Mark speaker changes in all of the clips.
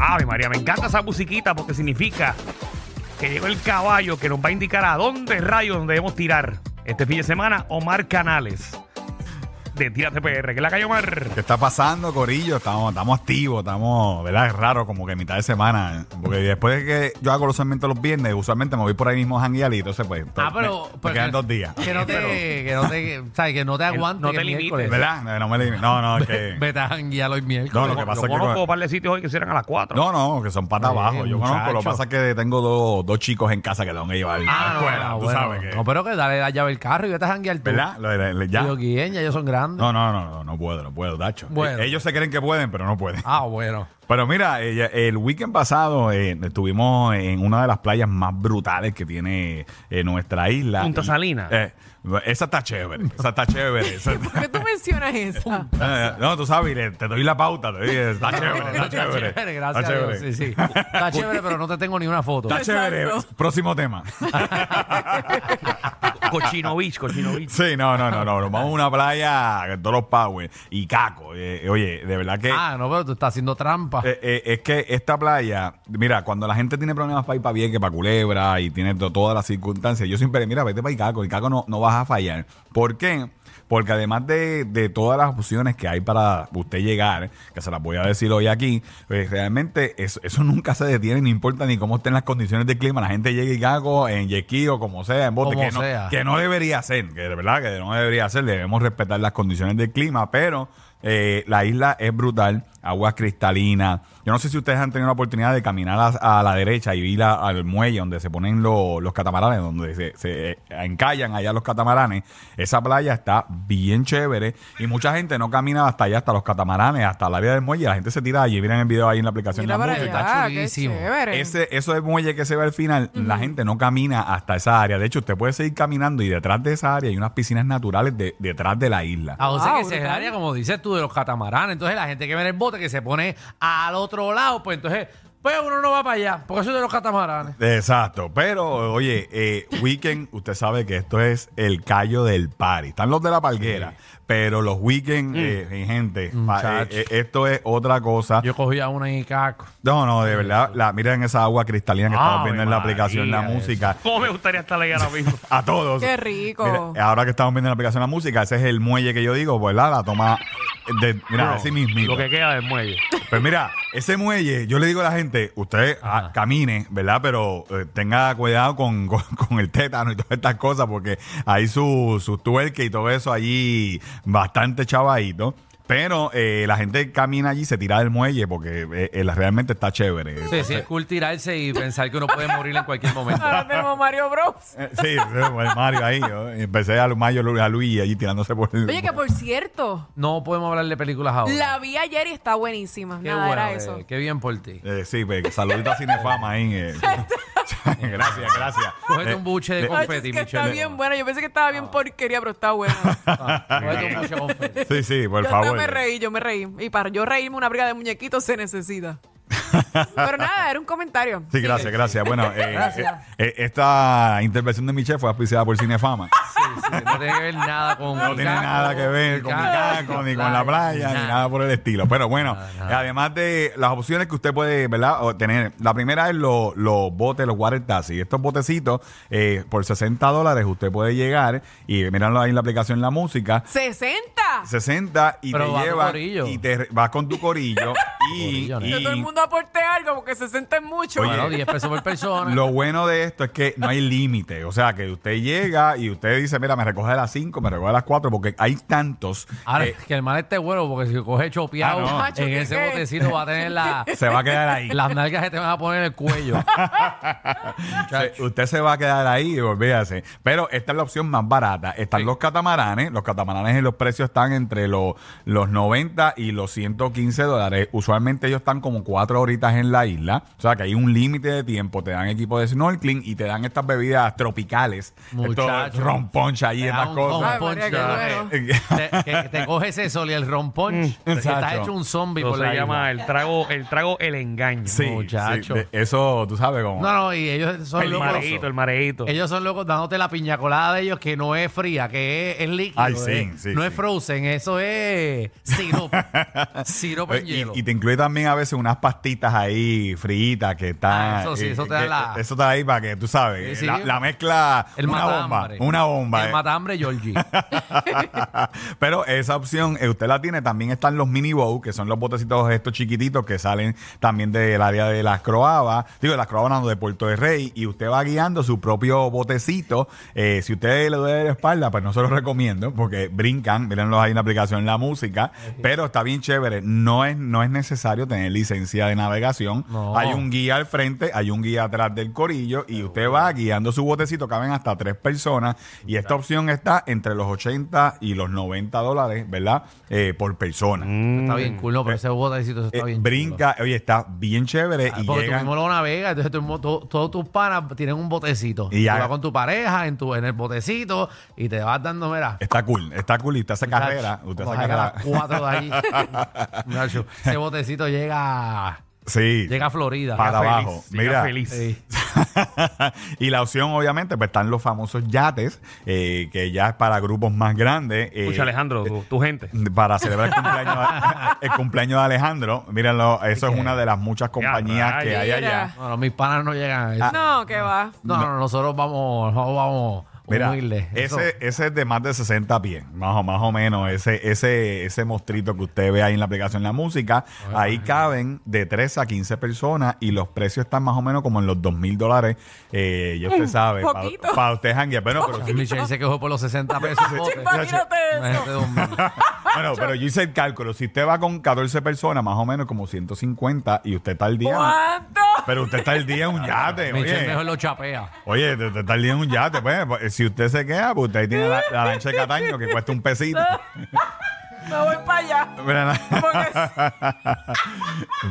Speaker 1: Ave María, me encanta esa musiquita porque significa que llegó el caballo que nos va a indicar a dónde rayos debemos tirar este fin de semana. Omar Canales de Tírate PR. que la calle Omar?
Speaker 2: ¿Qué está pasando, Corillo? Estamos, estamos activos, estamos, ¿verdad? Es raro, como que mitad de semana. Porque después de que yo hago los segmentos los viernes, usualmente me voy por ahí mismo a janguear y entonces pues.
Speaker 3: Ah, pero-
Speaker 2: me- me
Speaker 3: pero-
Speaker 2: quedan dos días.
Speaker 3: Que no te, que no te, ¿sabes? Que no te aguantes.
Speaker 1: no
Speaker 3: que
Speaker 1: te
Speaker 3: el
Speaker 1: limites.
Speaker 3: miércoles.
Speaker 2: ¿Verdad? No, no me le- No, no, es que.
Speaker 3: Vete a janguear los
Speaker 2: No,
Speaker 3: miércoles.
Speaker 2: lo que
Speaker 1: Yo
Speaker 2: pasa es que.
Speaker 1: conozco
Speaker 2: con-
Speaker 1: un par de sitios hoy que cierran a las 4.
Speaker 2: No, no, que son pata
Speaker 3: Sí,
Speaker 2: abajo. Yo conozco. Lo que
Speaker 3: muchacho.
Speaker 2: pasa es que tengo dos, dos chicos en casa que tengo que llevar. a la escuela,
Speaker 3: Ah,
Speaker 2: tú
Speaker 3: bueno.
Speaker 2: sabes que.
Speaker 3: No, pero que dale la llave al carro y vete a janguear tú.
Speaker 2: ¿Verdad? Lo- lo- lo- ya.
Speaker 3: Y yo, ¿quién? Ya ellos son grandes.
Speaker 2: No, no, no, no, no puedo, no puedo, Dacho.
Speaker 3: Bueno.
Speaker 2: Eh, Ellos se creen que pueden, pero no pueden.
Speaker 3: Ah, bueno.
Speaker 2: Pero mira, eh, ya- el weekend pasado eh, estuvimos en una de las playas más brutales que tiene eh, nuestra isla.
Speaker 1: Punta
Speaker 2: Y-
Speaker 1: Salina.
Speaker 2: eh, esa está chévere, esa está chévere. esa está-
Speaker 4: ¿Por qué tú mencionas esa?
Speaker 2: Eh, no, tú sabes, le- te doy la pauta, te doy, está chévere, está chévere.
Speaker 3: Gracias
Speaker 2: está
Speaker 3: a Dios. Sí, sí. Está chévere, pero no te tengo ni una foto.
Speaker 2: Está chévere.
Speaker 4: Exacto.
Speaker 2: Próximo tema.
Speaker 1: Ah, Cochino Beach, Cochino Beach.
Speaker 2: Sí, no, no, no, no. no. Vamos a una playa que todos los power y caco. Eh, oye, de verdad que.
Speaker 3: Ah, no, pero tú estás haciendo trampa.
Speaker 2: Eh, eh, es que esta playa, mira, cuando la gente tiene problemas para ir para Vieques, para Culebra y tiene to- todas las circunstancias, yo siempre, mira, vete para Icaco, Icaco no, no vas a fallar. ¿Por qué? Porque además de, de todas las opciones que hay para usted llegar, que se las voy a decir hoy aquí, eh, realmente eso, eso nunca se detiene, no importa ni cómo estén las condiciones del clima. La gente llega a Icaco en yequí o como sea, en bote,
Speaker 3: Como
Speaker 2: que, no-
Speaker 3: sea.
Speaker 2: que no debería ser, que de verdad que no debería ser, debemos respetar las condiciones del clima, pero eh, la isla es brutal, aguas cristalinas. Yo no sé si ustedes han tenido la oportunidad de caminar a, a la derecha y ir a- al muelle donde se ponen lo- los catamaranes, donde se, se, eh, encallan allá los catamaranes. Esa playa está bien chévere y mucha gente no camina hasta allá, hasta los catamaranes, hasta el área del muelle. La gente se tira allí, miren el video ahí en la aplicación.
Speaker 4: Mira
Speaker 2: de la
Speaker 4: para
Speaker 2: música.
Speaker 3: está
Speaker 4: allá, qué
Speaker 3: chulísimo.
Speaker 4: chévere.
Speaker 2: Ese, eso del muelle que se ve al final, la gente no camina hasta esa área. De hecho, usted puede seguir caminando y detrás de esa área hay unas piscinas naturales de- detrás de la isla.
Speaker 3: A José
Speaker 4: Wow,
Speaker 3: que se
Speaker 4: brutal.
Speaker 3: área, como dices tú, de los catamaranes. Entonces la gente que ve en el bote que se pone al otro lado, pues entonces, pues uno no va para allá, porque eso es de los catamaranes.
Speaker 2: Exacto. Pero, oye, eh, Weekend, usted sabe que esto es el callo del party. Están los de la palguera, pero los Weekend, eh, mi gente, pa- eh,
Speaker 3: Mm. Muchacho.
Speaker 2: eh, esto es otra cosa.
Speaker 3: Yo cogí a una en Icaco.
Speaker 2: no, no, de verdad, la, miren esa agua cristalina
Speaker 3: Ah,
Speaker 2: que estamos
Speaker 1: Ave
Speaker 2: viendo en la
Speaker 1: María,
Speaker 2: aplicación, la
Speaker 3: eso.
Speaker 2: música.
Speaker 1: ¿Cómo me gustaría estar ahí ahora mismo?
Speaker 2: A todos.
Speaker 4: Qué rico.
Speaker 2: Mira, ahora que estamos viendo la aplicación de la música, ese es el muelle que yo digo, ¿verdad? La toma de, mira,
Speaker 1: Bro,
Speaker 2: así mismito.
Speaker 1: Lo que queda del muelle.
Speaker 2: Pues mira, ese muelle, yo le digo a la gente, usted ah, camine, ¿verdad? Pero eh, tenga cuidado con, con- con el tétano y todas estas cosas, porque hay su, su tuerca y todo eso allí bastante chavadito. Pero eh, la gente camina allí, se tira del muelle, porque eh, eh, realmente está chévere.
Speaker 3: Sí, sí, es cool tirarse y pensar que uno puede morir en cualquier momento.
Speaker 4: Ahora tenemos a Mario Bros.
Speaker 2: Eh, sí, el Mario ahí. yo empecé a, Mario, a Luis allí tirándose por el.
Speaker 4: Oye, que por cierto,
Speaker 3: No podemos hablar de películas ahora.
Speaker 4: la vi ayer y está buenísima.
Speaker 3: Qué
Speaker 4: Nada,
Speaker 3: bueno,
Speaker 4: era
Speaker 3: eh,
Speaker 4: eso.
Speaker 3: qué bien por ti.
Speaker 2: Eh, sí, pues, saludito a Cinefama ahí. eh. gracias, gracias.
Speaker 3: Cógete un buche de
Speaker 2: eh,
Speaker 4: Ay, es
Speaker 3: confeti,
Speaker 4: que está
Speaker 3: Michelle.
Speaker 4: bien buena. Yo pensé que estaba bien porquería, pero está buena.
Speaker 3: Ah, Cógete un buche de confeti.
Speaker 2: Sí, sí, por
Speaker 4: yo hasta
Speaker 2: favor.
Speaker 4: me reí, yo me reí. Y para yo reírme una briga de muñequitos se necesita. pero nada, era un comentario.
Speaker 2: Sí, gracias, gracias. Bueno, eh, eh, eh, esta intervención de Michelle fue auspiciada por Cinefama.
Speaker 3: Sí, sí, no tiene que ver nada con
Speaker 2: No tiene
Speaker 3: Icaco,
Speaker 2: nada que ver con
Speaker 3: Icaco,
Speaker 2: Icaco, ni con la playa, ni nada por el estilo. Pero bueno, eh, además de las opciones que usted puede, ¿verdad? O tener, la primera es lo- los botes, los water taxis. Estos botecitos, eh, por 60 dólares, usted puede llegar y míralo ahí en la aplicación La Música.
Speaker 4: ¡60!
Speaker 2: 60 y
Speaker 3: Pero
Speaker 2: te
Speaker 3: va tu
Speaker 2: lleva
Speaker 3: corillo.
Speaker 2: y te re- vas con tu corillo y,
Speaker 3: Corillo, ¿no?
Speaker 2: y-
Speaker 4: Que todo el mundo aporte algo porque 60 es mucho.
Speaker 2: Oye,
Speaker 3: Bueno, 10 pesos por persona.
Speaker 2: lo bueno de esto es que no hay límite. O sea, que usted llega y usted dice, mira, me recoge a las 5, me recoge a las 4, porque hay tantos.
Speaker 3: Ahora,
Speaker 2: eh,
Speaker 3: que el mal esté bueno, porque si coge chopeado
Speaker 2: Ah, no.
Speaker 4: Macho,
Speaker 3: en
Speaker 4: ¿qué
Speaker 3: ese
Speaker 4: qué?
Speaker 3: botecito va a tener la,
Speaker 2: se va a quedar ahí.
Speaker 3: las nalgas que te van a poner en el cuello.
Speaker 2: Se- usted se va a quedar ahí, olvídese. Pero esta es la opción más barata. Están los catamaranes. Los catamaranes en los precios están entre los, los 90 y los 115 dólares. Usualmente ellos están como cuatro horitas en la isla. O sea que hay un límite de tiempo. Te dan equipo de snorkeling y te dan estas bebidas tropicales. estos
Speaker 3: Muchacho.
Speaker 2: punch allí,
Speaker 3: Te da
Speaker 2: estas
Speaker 3: Ah, un Ah, eh,
Speaker 2: cosas.
Speaker 4: Ay, María, Ah, qué
Speaker 3: Claro. Te,
Speaker 4: bueno.
Speaker 3: que te coges eso y el romponch. que Estás
Speaker 2: Mm, Exacto.
Speaker 3: hecho un zombie
Speaker 1: Eso
Speaker 3: por la
Speaker 1: se llama
Speaker 3: isla.
Speaker 1: el trago, el trago el engaño.
Speaker 2: Sí,
Speaker 3: Muchacho.
Speaker 2: sí, de- eso, tú sabes cómo.
Speaker 3: No, no, y ellos son
Speaker 1: El
Speaker 3: locos.
Speaker 1: mareíto, el mareíto.
Speaker 3: Ellos son locos dándote la piña colada de ellos que no es fría, que es, es líquido.
Speaker 2: Ay, sí,
Speaker 3: eh.
Speaker 2: sí,
Speaker 3: no
Speaker 2: sí.
Speaker 3: es frozen, eso es sirope. sirope en
Speaker 2: Eh, Y-
Speaker 3: hielo.
Speaker 2: Y, te incluye también a veces unas pastitas ahí fritas que están.
Speaker 3: Ah, eso sí,
Speaker 2: eh,
Speaker 3: eso te da
Speaker 2: que-
Speaker 3: la-
Speaker 2: Eso está ahí para que tú sabes.
Speaker 3: Sí, sí.
Speaker 2: La, la mezcla.
Speaker 3: el
Speaker 2: una bomba.
Speaker 3: matambre.
Speaker 2: Una bomba.
Speaker 3: El
Speaker 2: eh.
Speaker 3: matambre, Georgie.
Speaker 2: Pero esa opción, eh, usted la tiene. También están los mini bowl, que son los botecitos estos chiquititos que salen también del área de las Croabas. Digo, de las Croabas, no, de Puerto de Rey. Y usted va guiando su propio botecito. Eh, si usted le duele la espalda, pues no se lo recomiendo, porque brincan. Mírenlos ahí en la aplicación La Música. Pero está bien chévere. No es, no es necesario tener licencia de navegación.
Speaker 3: No.
Speaker 2: Hay un guía al frente, hay un guía atrás del corillo y usted va guiando su botecito, caben hasta tres personas y esta opción está entre los 80 y los 90 dólares, ¿verdad? Eh, por persona.
Speaker 1: Mm.
Speaker 3: está bien cool, no, pero ese botecito eso Mm, está
Speaker 2: Eh,
Speaker 3: bien chulo.
Speaker 2: brinca, oye, está bien chévere
Speaker 3: Ah,
Speaker 2: y
Speaker 3: Porque tú
Speaker 2: llegan-
Speaker 3: mismo lo navegas, entonces tú mismo- to- todos tus panas tienen un botecito.
Speaker 2: Y ya-
Speaker 3: Tú vas con tu pareja en, tu, en el botecito y te vas dando, mira.
Speaker 2: Está cool, está cool y usted hace carrera.
Speaker 3: muchacho,
Speaker 2: Usted
Speaker 3: vamos
Speaker 2: hace
Speaker 3: a sacar
Speaker 2: carrera.
Speaker 3: las cuatro de ahí. Muchacho, ese botecito llega,
Speaker 2: Sí.
Speaker 3: llega a Florida.
Speaker 2: Para
Speaker 1: Feliz,
Speaker 2: abajo.
Speaker 1: siga
Speaker 2: Mira.
Speaker 1: feliz.
Speaker 3: Sí.
Speaker 2: y la opción, obviamente, pues están los famosos yates, eh, que ya es para grupos más grandes. eh,
Speaker 1: Escucha, Alejandro, tu, tu gente.
Speaker 2: para celebrar el cumpleaños, el cumpleaños de Alejandro. Mírenlo, eso es
Speaker 3: ¿Qué?
Speaker 2: una de las muchas compañías que hay
Speaker 4: Mira.
Speaker 2: allá.
Speaker 3: No, no, mis panas no llegan a eso.
Speaker 2: Ah,
Speaker 4: No, que va.
Speaker 3: No, no, nosotros vamos, no vamos
Speaker 2: Mira,
Speaker 3: humildes. Eso-
Speaker 2: ese, ese es de más de 60 pies, más o, más o menos, ese, ese, ese mostrito que usted ve ahí en la aplicación La Música. ahí caben de 3 a 15 personas y los precios están más o menos como en los 2 mil dólares. Eh, ya usted sabe, para
Speaker 4: poquito.
Speaker 2: usted janguear. Bueno, pero,
Speaker 3: Michelle se quejó por los 60 pesos. pobre.
Speaker 4: Imagínate
Speaker 3: Imagínate
Speaker 4: eso.
Speaker 3: dos mil.
Speaker 2: bueno, pero yo hice el cálculo. Si usted va con 14 personas, más o menos como 150 y usted está al día.
Speaker 4: ¿Cuánto?
Speaker 2: Pero usted está al día en un yate.
Speaker 3: Michelle
Speaker 2: oye.
Speaker 3: mejor lo chapea.
Speaker 2: Oye, te, te está en un yate, pues. pues, Si usted se queda, pues usted ahí tiene la, la lancha de Cataño que cuesta un pesito.
Speaker 4: Me voy para allá.
Speaker 2: Mira, na-
Speaker 4: Porque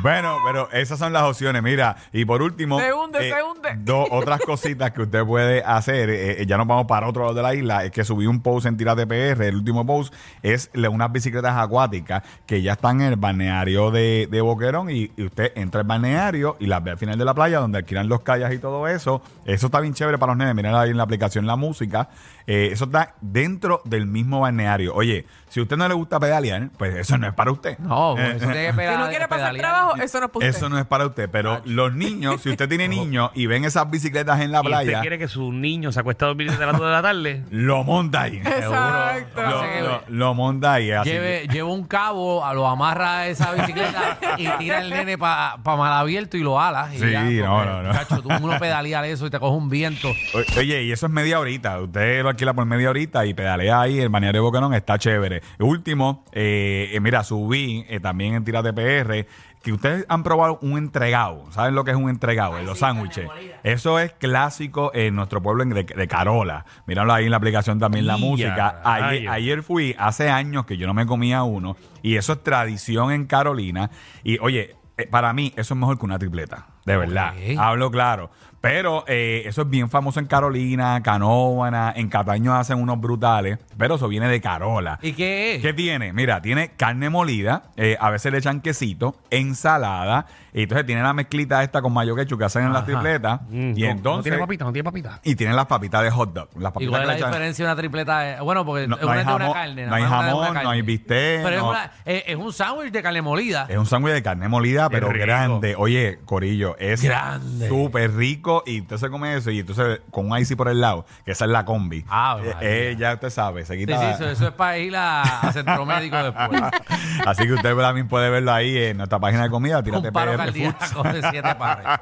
Speaker 2: bueno, pero esas son las opciones, mira. Y por último... eh,
Speaker 4: Se hunde, se hunde.
Speaker 2: Dos otras cositas que usted puede hacer, eh, eh, ya nos vamos para otro lado de la isla, es que subí un post en Tirate PR, el último post, es le- unas bicicletas acuáticas que ya están en el balneario de, de Boquerón y, y usted entra al balneario y las ve al final de la playa donde alquilan los callas y todo eso. Eso está bien chévere para los nenes, miren ahí en la aplicación la música. Eh, eso está dentro del mismo balneario. Oye, si a usted no le gusta pedalear, pues eso no es para usted. Eh,
Speaker 3: No, pues, eso tiene que
Speaker 4: si
Speaker 3: pedalear.
Speaker 4: no quiere pasar
Speaker 3: pedalear.
Speaker 4: trabajo, eso no es para usted.
Speaker 2: Eso no es para usted, pero los niños, si usted tiene niños y ven esas bicicletas en la
Speaker 1: Y usted
Speaker 2: playa,
Speaker 1: quiere que su niño se acueste a dormir desde las 2 de la tarde.
Speaker 2: lo monta ahí.
Speaker 4: Exacto.
Speaker 2: Lo, lo- lo monta ahí. así
Speaker 3: Lleve, lleva un cabo, a lo amarra a esa bicicleta y tira el nene para pa mal abierto y lo alas. y
Speaker 2: Sí,
Speaker 3: porque,
Speaker 2: no, no, no.
Speaker 3: Cacho, tú uno pedalear eso y te coge un viento.
Speaker 2: que- O- Oye, y eso es media horita. Usted lo alquila por media horita y pedalea ahí. El bañero de Bocanón está chévere. Último, eh, eh, mira, subí eh, también en Tira PR que ustedes han probado un entregado. ¿Saben lo que es un entregado? Los sándwiches. Eso es clásico en nuestro pueblo en- de, de Carola. Míralo ahí en la aplicación también la
Speaker 1: Ya,
Speaker 2: música. Ayer,
Speaker 1: rayos.
Speaker 2: ayer fui, hace años que yo no me comía uno, y eso es tradición en Carolina. Y oye, eh, para mí eso es mejor que una tripleta, de verdad.
Speaker 3: Ok.
Speaker 2: Hablo claro. Pero eh, eso es bien famoso en Carolina, Canóvana, en Cataño hacen unos brutales, pero eso viene de Carola.
Speaker 3: ¿Y qué es?
Speaker 2: ¿Qué tiene? Mira, tiene carne molida, eh, a veces le echan quesito, ensalada, y entonces tiene la mezclita esta con mayo ketchup que hacen en las
Speaker 3: Ajá.
Speaker 2: tripletas,
Speaker 1: Mm,
Speaker 2: y
Speaker 1: no- No
Speaker 2: entonces...
Speaker 1: tiene papita, no tiene papita.
Speaker 2: y tienen las papitas de hot dog. Las papitas
Speaker 3: ¿Y cuál es
Speaker 2: que
Speaker 3: la
Speaker 2: le echan-
Speaker 3: diferencia de una tripleta? eh, Bueno, porque
Speaker 2: No-
Speaker 3: una
Speaker 2: no hay
Speaker 3: es de una
Speaker 2: jamón-
Speaker 3: carne.
Speaker 2: no
Speaker 3: nada
Speaker 2: hay
Speaker 3: más una es de una
Speaker 2: jamón, no
Speaker 3: carne.
Speaker 2: hay bistec,
Speaker 3: Pero es,
Speaker 2: no. Eh,
Speaker 3: una- eh, es un sándwich de carne molida.
Speaker 2: Es un sándwich de carne molida, pero
Speaker 1: rico.
Speaker 2: grande. Oye, Corillo, es
Speaker 3: Grande.
Speaker 2: súper rico. Y usted se come eso y entonces con un icy por el lado, que esa es la combi.
Speaker 3: Ave
Speaker 2: Eh,
Speaker 3: María.
Speaker 2: eh, ya usted sabe, se
Speaker 3: Sí,
Speaker 2: quita.
Speaker 3: Ah, sí, eso, eso es para ir a, a centro médico después.
Speaker 2: Así que usted también puede verlo ahí en nuestra página de comida, tírate
Speaker 3: un paro
Speaker 2: PR
Speaker 3: cardíaco de siete pares.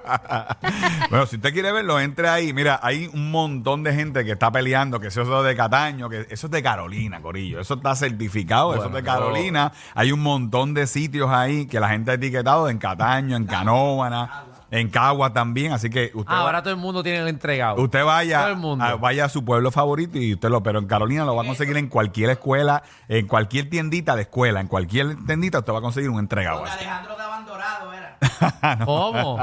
Speaker 2: bueno, si usted quiere verlo, entre ahí. Mira, hay un montón de gente que está peleando, que eso es de Cataño, que eso es de Carolina, Corillo. Eso está certificado, eso es de
Speaker 3: Bueno.
Speaker 2: Carolina. Hay un montón de sitios ahí que la gente ha etiquetado en Cataño, en Canóvana, en Cagua también. Así que usted,
Speaker 3: Ah,
Speaker 2: va-
Speaker 3: ahora todo el mundo tiene el entregado.
Speaker 2: usted vaya,
Speaker 3: Todo el mundo.
Speaker 2: a, vaya a su pueblo favorito y usted lo, pero en Carolina lo va a conseguir en cualquier escuela, en cualquier tiendita de escuela, en cualquier tiendita usted va a conseguir un entregado.
Speaker 5: Alejandro Daban Dorado era.
Speaker 3: ¿Cómo?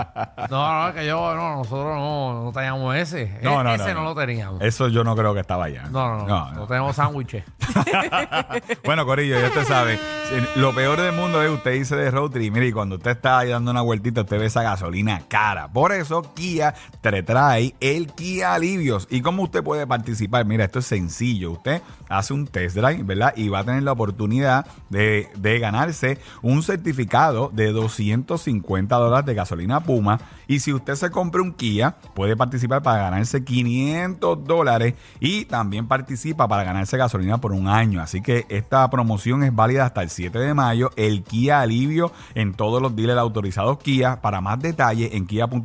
Speaker 3: No, no, que yo, no, nosotros no, no teníamos ese.
Speaker 2: No,
Speaker 3: E-
Speaker 2: no,
Speaker 3: ese
Speaker 2: no, Eh,
Speaker 3: no,
Speaker 2: no.
Speaker 3: lo teníamos.
Speaker 2: Eso yo no creo que estaba allá.
Speaker 3: No, no, no, no, tenemos sándwiches.
Speaker 2: Bueno, Corillo, ya usted sabe. si- Lo peor del mundo es usted irse de road trip. Mire, y cuando usted está ahí dando una vueltita, usted ve esa gasolina cara. Por eso, Kia te trae el Kia Alivios. ¿Y cómo usted puede participar? Mira, esto es sencillo. Usted hace un test drive, ¿verdad? Y va a tener la oportunidad de, de ganarse un certificado de 250 dólares de gasolina Puma. Y si usted se compra un Kia, puede participar para ganarse 500 dólares y también participa para ganarse gasolina por un año. Así que esta promoción es válida hasta el 7 de mayo. El Kia Alivio en todos los dealers autorizados Kia. Para más detalles en kia.com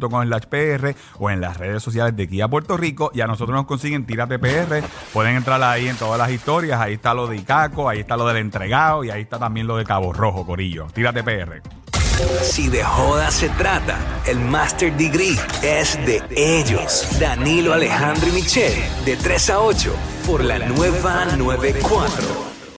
Speaker 2: PR o en las redes sociales de Kia Puerto Rico. Y a nosotros nos consiguen Tírate PR. Pueden entrar ahí en todas las historias. Ahí está lo de Icaco, ahí está lo del entregado y ahí está también lo de Cabo Rojo, Corillo. Tírate PR.
Speaker 5: Si de joda se trata, el Master Degree es de ellos. Danilo Alejandro y Michelle, de 3 a 8, por la nueva 94.